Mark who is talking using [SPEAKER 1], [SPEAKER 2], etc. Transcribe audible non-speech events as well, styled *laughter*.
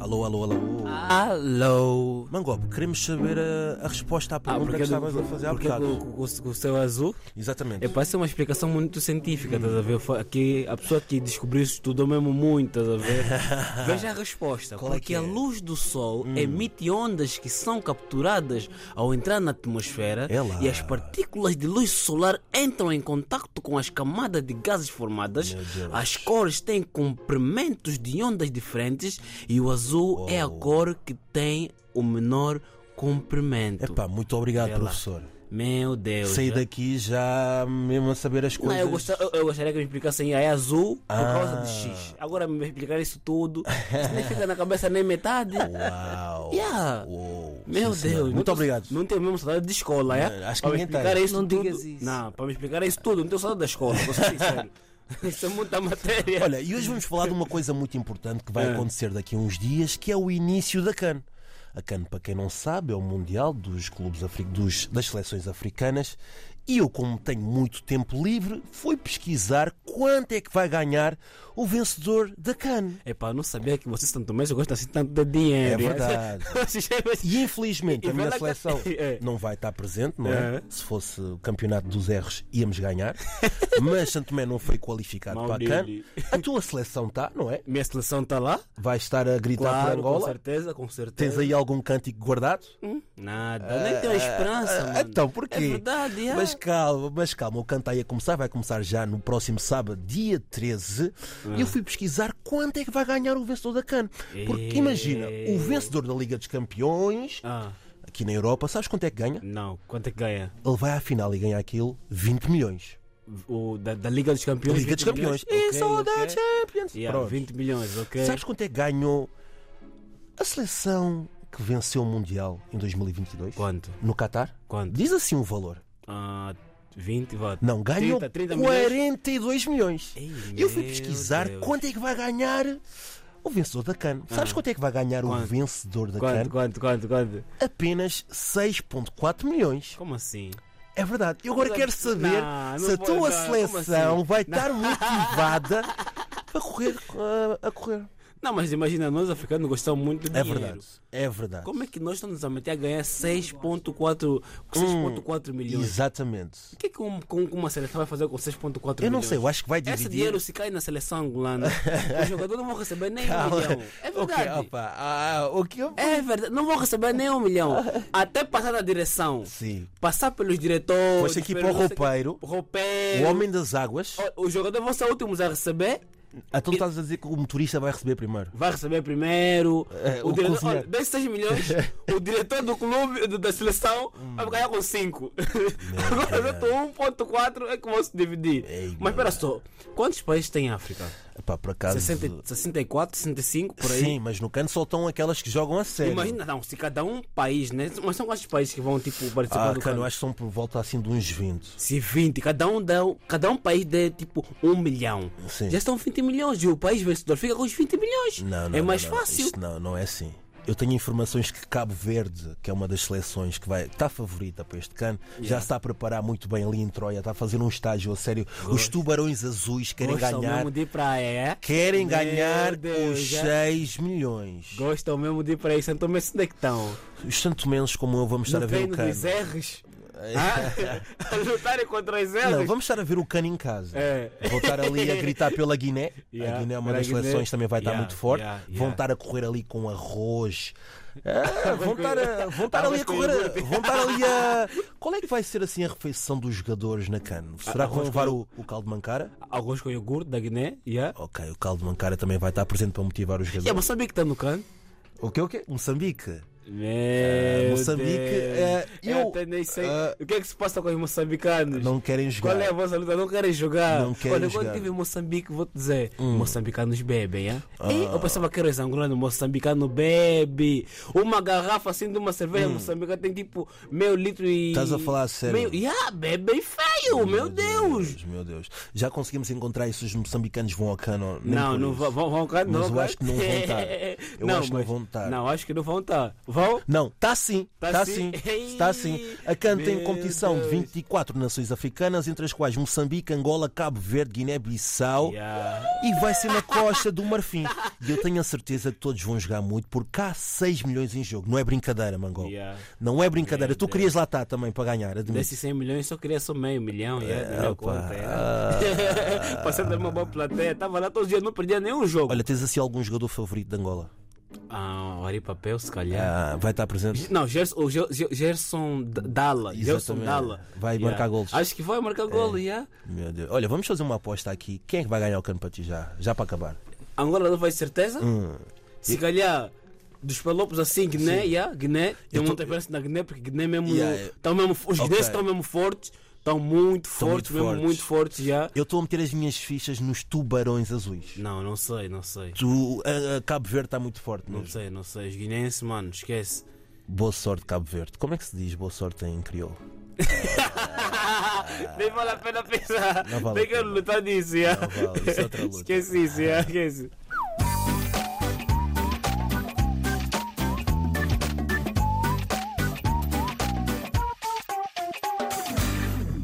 [SPEAKER 1] alô, alô.
[SPEAKER 2] Alô!
[SPEAKER 1] Mangob, queremos saber a, a resposta à pergunta que estavas a fazer há
[SPEAKER 2] Ah, porque
[SPEAKER 1] bocado.
[SPEAKER 2] o, o, o céu azul
[SPEAKER 1] Exatamente.
[SPEAKER 2] é, parece ser uma explicação muito científica, estás a ver? Foi Aqui, a pessoa que descobriu isso estudou mesmo muito, estás
[SPEAKER 1] *laughs*
[SPEAKER 2] a ver? Veja a resposta.
[SPEAKER 1] Qual é
[SPEAKER 2] porque
[SPEAKER 1] que é? Hum.
[SPEAKER 2] a luz do sol emite ondas que são capturadas ao entrar na atmosfera
[SPEAKER 1] É lá.
[SPEAKER 2] e as partículas de luz solar entram em contato com as camadas de gases formadas.
[SPEAKER 1] Meu Deus.
[SPEAKER 2] As cores têm comprimentos de ondas diferentes e o azul é a
[SPEAKER 1] Uou.
[SPEAKER 2] cor que tem o menor comprimento.
[SPEAKER 1] Epá, muito obrigado,
[SPEAKER 2] Vê é lá.
[SPEAKER 1] professor.
[SPEAKER 2] Meu Deus. é
[SPEAKER 1] Saí
[SPEAKER 2] já-
[SPEAKER 1] daqui já mesmo a saber as
[SPEAKER 2] Não,
[SPEAKER 1] coisas.
[SPEAKER 2] eu, gosta- eu- eu gostaria que me explicassem aí azul por
[SPEAKER 1] Ah.
[SPEAKER 2] causa de X. Agora me explicar isso tudo. Isso nem fica na cabeça
[SPEAKER 1] *laughs*
[SPEAKER 2] nem metade.
[SPEAKER 1] Uau.
[SPEAKER 2] Yeah.
[SPEAKER 1] Uou.
[SPEAKER 2] Meu
[SPEAKER 1] Sim, senhor.
[SPEAKER 2] Deus.
[SPEAKER 1] Muito
[SPEAKER 2] não-
[SPEAKER 1] obrigado.
[SPEAKER 2] Não tenho mesmo saudade de escola, é?
[SPEAKER 1] Não, acho que
[SPEAKER 2] Pra me
[SPEAKER 1] ninguém tá- tem.
[SPEAKER 2] explicar isso
[SPEAKER 3] Não
[SPEAKER 2] tudo-
[SPEAKER 3] digas isso.
[SPEAKER 2] Não, para me explicar isso tudo, não tenho saudade da escola, vou ser
[SPEAKER 1] *laughs*
[SPEAKER 2] sincero. isso é muita matéria.
[SPEAKER 1] Olha, e hoje vamos falar de uma coisa muito importante que vai
[SPEAKER 2] É.
[SPEAKER 1] acontecer daqui a uns dias, que é o início da CAN. A CAN, para quem não sabe, é o Mundial dos Clubes Afri- dos, das Seleções Africanas. E eu, como tenho muito tempo livre, fui pesquisar quanto é que vai ganhar o vencedor da CAN.
[SPEAKER 2] Epá, não sabia que vocês tanto mais gostam assim tanto de dinheiro.
[SPEAKER 1] É verdade.
[SPEAKER 2] *laughs* Vocês-
[SPEAKER 1] E infelizmente
[SPEAKER 2] E
[SPEAKER 1] a minha
[SPEAKER 2] vai lá-
[SPEAKER 1] seleção
[SPEAKER 2] *laughs* É.
[SPEAKER 1] não vai estar presente, não é?
[SPEAKER 2] É.
[SPEAKER 1] Se fosse o campeonato dos erros, íamos ganhar.
[SPEAKER 2] *laughs*
[SPEAKER 1] Mas Santo Tomé não foi qualificado
[SPEAKER 2] Mal
[SPEAKER 1] para a CAN.
[SPEAKER 2] dele.
[SPEAKER 1] A tua seleção está, não é?
[SPEAKER 2] Minha seleção está lá?
[SPEAKER 1] Vai estar a gritar
[SPEAKER 2] Claro,
[SPEAKER 1] por
[SPEAKER 2] com
[SPEAKER 1] Angola.
[SPEAKER 2] certeza, com
[SPEAKER 1] Tens
[SPEAKER 2] certeza. Hum,
[SPEAKER 1] aí algum cântico guardado?
[SPEAKER 2] Nada, nem tenho esperança.
[SPEAKER 1] Ah,
[SPEAKER 2] mano.
[SPEAKER 1] então, porquê?
[SPEAKER 2] É verdade, é.
[SPEAKER 1] Mas calma, mas calma, o canto aí a começar, vai começar já no próximo sábado, dia 13. E
[SPEAKER 2] Ah.
[SPEAKER 1] eu fui pesquisar quanto é que vai ganhar o vencedor da CAN. Porque
[SPEAKER 2] Ei.
[SPEAKER 1] imagina, o vencedor da Liga dos Campeões,
[SPEAKER 2] Ah,
[SPEAKER 1] aqui na Europa, sabes quanto é que ganha?
[SPEAKER 2] não. Quanto é que ganha?
[SPEAKER 1] Ele vai à final e ganha aquilo 20 milhões.
[SPEAKER 2] O, da, da Liga dos Campeões?
[SPEAKER 1] Liga dos
[SPEAKER 2] 20
[SPEAKER 1] Campeões.
[SPEAKER 2] milhões?
[SPEAKER 1] It's
[SPEAKER 2] Ok,
[SPEAKER 1] all the
[SPEAKER 2] ok.
[SPEAKER 1] Champions.
[SPEAKER 2] Yeah,
[SPEAKER 1] Pronto.
[SPEAKER 2] 20 milhões, ok.
[SPEAKER 1] Sabes quanto é que ganhou a seleção que venceu o Mundial em 2022?
[SPEAKER 2] Quanto?
[SPEAKER 1] No Qatar?
[SPEAKER 2] Quanto?
[SPEAKER 1] Diz assim um valor.
[SPEAKER 2] Ah, 20, vá.
[SPEAKER 1] Não, ganhou
[SPEAKER 2] 30, 30 milhões?
[SPEAKER 1] 42 milhões.
[SPEAKER 2] Ei,
[SPEAKER 1] E eu fui
[SPEAKER 2] meu
[SPEAKER 1] pesquisar
[SPEAKER 2] Deus. Ah.
[SPEAKER 1] quanto é que vai ganhar o vencedor da CAN. Sabes quanto é que vai ganhar o
[SPEAKER 2] Quanto?
[SPEAKER 1] vencedor da
[SPEAKER 2] Quanto,
[SPEAKER 1] CAN?
[SPEAKER 2] quanto, quanto, quanto?
[SPEAKER 1] Apenas 6,4 milhões.
[SPEAKER 2] Como assim?
[SPEAKER 1] É verdade. Eu agora
[SPEAKER 2] Mas-
[SPEAKER 1] quero saber
[SPEAKER 2] Não,
[SPEAKER 1] se a
[SPEAKER 2] não vou-
[SPEAKER 1] tua
[SPEAKER 2] não, como
[SPEAKER 1] seleção
[SPEAKER 2] assim?
[SPEAKER 1] vai estar motivada a correr. A, a correr.
[SPEAKER 2] Não, mas imagina, nós africanos gostamos muito de
[SPEAKER 1] É
[SPEAKER 2] dinheiro.
[SPEAKER 1] verdade. É verdade.
[SPEAKER 2] Como é que nós estamos a meter a ganhar 6.4 6.4
[SPEAKER 1] Hum.
[SPEAKER 2] milhões?
[SPEAKER 1] Exatamente.
[SPEAKER 2] O que é que um- com- com uma seleção vai fazer com 6.4
[SPEAKER 1] Eu
[SPEAKER 2] milhões?
[SPEAKER 1] não sei, eu acho que vai
[SPEAKER 2] Esse
[SPEAKER 1] dividir. *laughs*
[SPEAKER 2] dinheiro se cai na seleção angolana, os jogadores não vão receber nem um
[SPEAKER 1] Cala.
[SPEAKER 2] milhão. É verdade.
[SPEAKER 1] Ok, opa. Ah, o que eu-
[SPEAKER 2] É verdade, não vão receber nem um milhão. Até passar na direção.
[SPEAKER 1] Sim.
[SPEAKER 2] Passar pelos diretores.
[SPEAKER 1] Foste aqui para
[SPEAKER 2] pelos
[SPEAKER 1] o
[SPEAKER 2] não sei
[SPEAKER 1] roupeiro,
[SPEAKER 2] quê- Roupeiro.
[SPEAKER 1] o homem das águas.
[SPEAKER 2] O- Os jogadores vão ser últimos a receber.
[SPEAKER 1] Então estás a dizer que o motorista vai receber primeiro.
[SPEAKER 2] Vai receber primeiro.
[SPEAKER 1] É, o
[SPEAKER 2] o diretor,
[SPEAKER 1] cozinheiro.
[SPEAKER 2] olha, desses 6
[SPEAKER 1] *laughs*
[SPEAKER 2] milhões, o diretor do clube, do- da seleção,
[SPEAKER 1] Hum.
[SPEAKER 2] vai ganhar com 5. *laughs* Agora os outros 1,4 é que vão se dividir.
[SPEAKER 1] Ei,
[SPEAKER 2] Mas espera só, quantos países tem a África?
[SPEAKER 1] Epá, por acaso.
[SPEAKER 2] 60, 64, 65 por aí?
[SPEAKER 1] Sim, mas no canto só estão aquelas que jogam a sério.
[SPEAKER 2] Imagina, não, se cada um país, né? Mas são quantos países que vão, tipo, participar
[SPEAKER 1] Ah, cara,
[SPEAKER 2] do
[SPEAKER 1] eu
[SPEAKER 2] campeonato?
[SPEAKER 1] acho que são por volta assim de uns 20.
[SPEAKER 2] Se 20, cada um, dá, cada um país dê tipo 1 milhão.
[SPEAKER 1] Sim.
[SPEAKER 2] Já estão 20 milhões e o país vencedor fica com os 20 milhões.
[SPEAKER 1] Não, não,
[SPEAKER 2] é
[SPEAKER 1] não,
[SPEAKER 2] mais
[SPEAKER 1] não,
[SPEAKER 2] fácil.
[SPEAKER 1] Isto não, não é assim. Eu tenho informações que Cabo Verde, que é uma das seleções que vai, está favorita para este cano, já está a preparar muito bem ali em Troia, está a fazer um estágio a sério. Os tubarões azuis querem
[SPEAKER 2] Gostam
[SPEAKER 1] ganhar,
[SPEAKER 2] mesmo de ir praia, é?
[SPEAKER 1] querem
[SPEAKER 2] Meu
[SPEAKER 1] ganhar
[SPEAKER 2] Deus,
[SPEAKER 1] os
[SPEAKER 2] já-
[SPEAKER 1] 6 milhões.
[SPEAKER 2] Gostam mesmo de ir praia. Santo Tomé, onde é que estão?
[SPEAKER 1] Os tanto menos como eu vamos estar
[SPEAKER 2] No
[SPEAKER 1] a ver o
[SPEAKER 2] treino
[SPEAKER 1] cano.
[SPEAKER 2] dos erros? Ah? *laughs* a lutarem contra os erros?
[SPEAKER 1] Não, vamos estar a ver o cano em casa.
[SPEAKER 2] É.
[SPEAKER 1] Vão estar ali a
[SPEAKER 2] *laughs*
[SPEAKER 1] gritar pela Guiné. a
[SPEAKER 2] Yeah,
[SPEAKER 1] Guiné é uma
[SPEAKER 2] pela
[SPEAKER 1] das
[SPEAKER 2] Guiné.
[SPEAKER 1] seleções também vai estar
[SPEAKER 2] Yeah,
[SPEAKER 1] muito forte.
[SPEAKER 2] yeah,
[SPEAKER 1] Vão
[SPEAKER 2] yeah.
[SPEAKER 1] estar a correr ali com
[SPEAKER 2] *laughs*
[SPEAKER 1] arroz. Ah, vão estar a- vão estar
[SPEAKER 2] Ah,
[SPEAKER 1] ali
[SPEAKER 2] mas
[SPEAKER 1] a
[SPEAKER 2] com
[SPEAKER 1] correr.
[SPEAKER 2] iogurte.
[SPEAKER 1] Vão estar ali
[SPEAKER 2] *laughs*
[SPEAKER 1] a. Qual é que vai ser assim a refeição dos jogadores na CAN? Será que vão
[SPEAKER 2] Ah, arroz
[SPEAKER 1] levar o, o caldo de mancara? Ah,
[SPEAKER 2] Alguns com iogurte da Guiné, yeah.
[SPEAKER 1] Ok, o caldo de mancara também vai estar presente para motivar os
[SPEAKER 2] Yeah,
[SPEAKER 1] jogadores.
[SPEAKER 2] mas sabia que está tá no canto? É-
[SPEAKER 1] O que o quê? Moçambique.
[SPEAKER 2] Meu
[SPEAKER 1] Moçambique,
[SPEAKER 2] Deus.
[SPEAKER 1] é, eu-
[SPEAKER 2] eu até nem sei
[SPEAKER 1] ah,
[SPEAKER 2] o que é que se passa com os moçambicanos.
[SPEAKER 1] Não querem jogar.
[SPEAKER 2] Qual é a vossa luta? Não querem jogar.
[SPEAKER 1] Não querem
[SPEAKER 2] Olha,
[SPEAKER 1] jogar. Hum.
[SPEAKER 2] quando tive em Moçambique, vou te dizer: moçambicanos bebem, é?
[SPEAKER 1] Ah.
[SPEAKER 2] Eu pensava que era os angolanos, moçambicano bebe. Uma garrafa assim de uma cerveja moçambicana tem tipo meio litro
[SPEAKER 1] Hum.
[SPEAKER 2] e.
[SPEAKER 1] Estás a falar a sério?
[SPEAKER 2] Meio... Yeah, bebem feio. Maio, meu, Deus.
[SPEAKER 1] Meu Deus. Já conseguimos encontrar isso. Os moçambicanos vão ao cano. nem
[SPEAKER 2] Não,
[SPEAKER 1] por
[SPEAKER 2] não
[SPEAKER 1] isso.
[SPEAKER 2] vão, vão, vão cá,
[SPEAKER 1] Mas eu
[SPEAKER 2] cá.
[SPEAKER 1] acho que não vão
[SPEAKER 2] *laughs*
[SPEAKER 1] estar. Eu acho que não
[SPEAKER 2] mas-
[SPEAKER 1] vão estar.
[SPEAKER 2] Não, acho que não vão estar. Vão?
[SPEAKER 1] Não, está sim,
[SPEAKER 2] Tá
[SPEAKER 1] está sim,
[SPEAKER 2] *laughs* sim.
[SPEAKER 1] está sim. A CAN tem
[SPEAKER 2] Meu
[SPEAKER 1] competição de
[SPEAKER 2] Deus.
[SPEAKER 1] 24 nações africanas, entre as quais Moçambique, Angola, Cabo Verde, Guiné-Bissau
[SPEAKER 2] Yeah.
[SPEAKER 1] e vai ser na Costa do Marfim. E eu tenho a certeza que todos vão jogar muito, porque há 6 milhões em jogo. Não é brincadeira, Mangola.
[SPEAKER 2] Yeah.
[SPEAKER 1] Não é brincadeira.
[SPEAKER 2] Meu
[SPEAKER 1] tu
[SPEAKER 2] Deus.
[SPEAKER 1] querias lá estar também para ganhar, admito.
[SPEAKER 2] Desses 100 milhões, só queria só meio milhão. Yeah, melhor
[SPEAKER 1] opa.
[SPEAKER 2] conta, *laughs* yeah. Passando uma boa plateia. Tava lá todos os dias, não perdia nenhum jogo.
[SPEAKER 1] Olha, tens assim algum jogador favorito de Angola?
[SPEAKER 2] Ah, Ori Papel, se calhar.
[SPEAKER 1] Ah, vai estar presente?
[SPEAKER 2] Não, Gerson, o Ge- Ge- Gerson D- Dala. Gerson
[SPEAKER 1] Exatamente.
[SPEAKER 2] Dala.
[SPEAKER 1] Vai marcar golos. É.
[SPEAKER 2] Acho que vai marcar golo, yeah.
[SPEAKER 1] Meu Deus. Olha, vamos fazer uma aposta aqui. Quem é que vai ganhar o campo para ti já? Já para acabar.
[SPEAKER 2] Angola não vai certeza?
[SPEAKER 1] Hum.
[SPEAKER 2] Se calhar dos Palopos assim, Guiné, yeah, Guiné, tem
[SPEAKER 1] Eu tô-
[SPEAKER 2] muita diferença na Guiné, porque Guiné é mesmo,
[SPEAKER 1] Yeah,
[SPEAKER 2] tão mesmo os
[SPEAKER 1] Ok.
[SPEAKER 2] Guinenses estão mesmo fortes, estão muito fortes,
[SPEAKER 1] muito
[SPEAKER 2] mesmo
[SPEAKER 1] fortes.
[SPEAKER 2] muito fortes, yeah.
[SPEAKER 1] Eu estou a meter as minhas fichas nos tubarões azuis.
[SPEAKER 2] Não, não sei, não sei.
[SPEAKER 1] Tu, a, a Cabo Verde está muito forte.
[SPEAKER 2] Não
[SPEAKER 1] Mesmo.
[SPEAKER 2] sei, não sei. Os guineenses, mano, esquece.
[SPEAKER 1] Boa sorte, Cabo Verde. Como é que se diz boa sorte em crioulo?
[SPEAKER 2] *laughs* Nem vale a pena pensar.
[SPEAKER 1] Ah, Não vale a
[SPEAKER 2] Nem quero
[SPEAKER 1] pena.
[SPEAKER 2] lutar nisso, yeah. *laughs*
[SPEAKER 1] Não vale, isso é outra luta.
[SPEAKER 2] Esquece isso, yeah, esquece.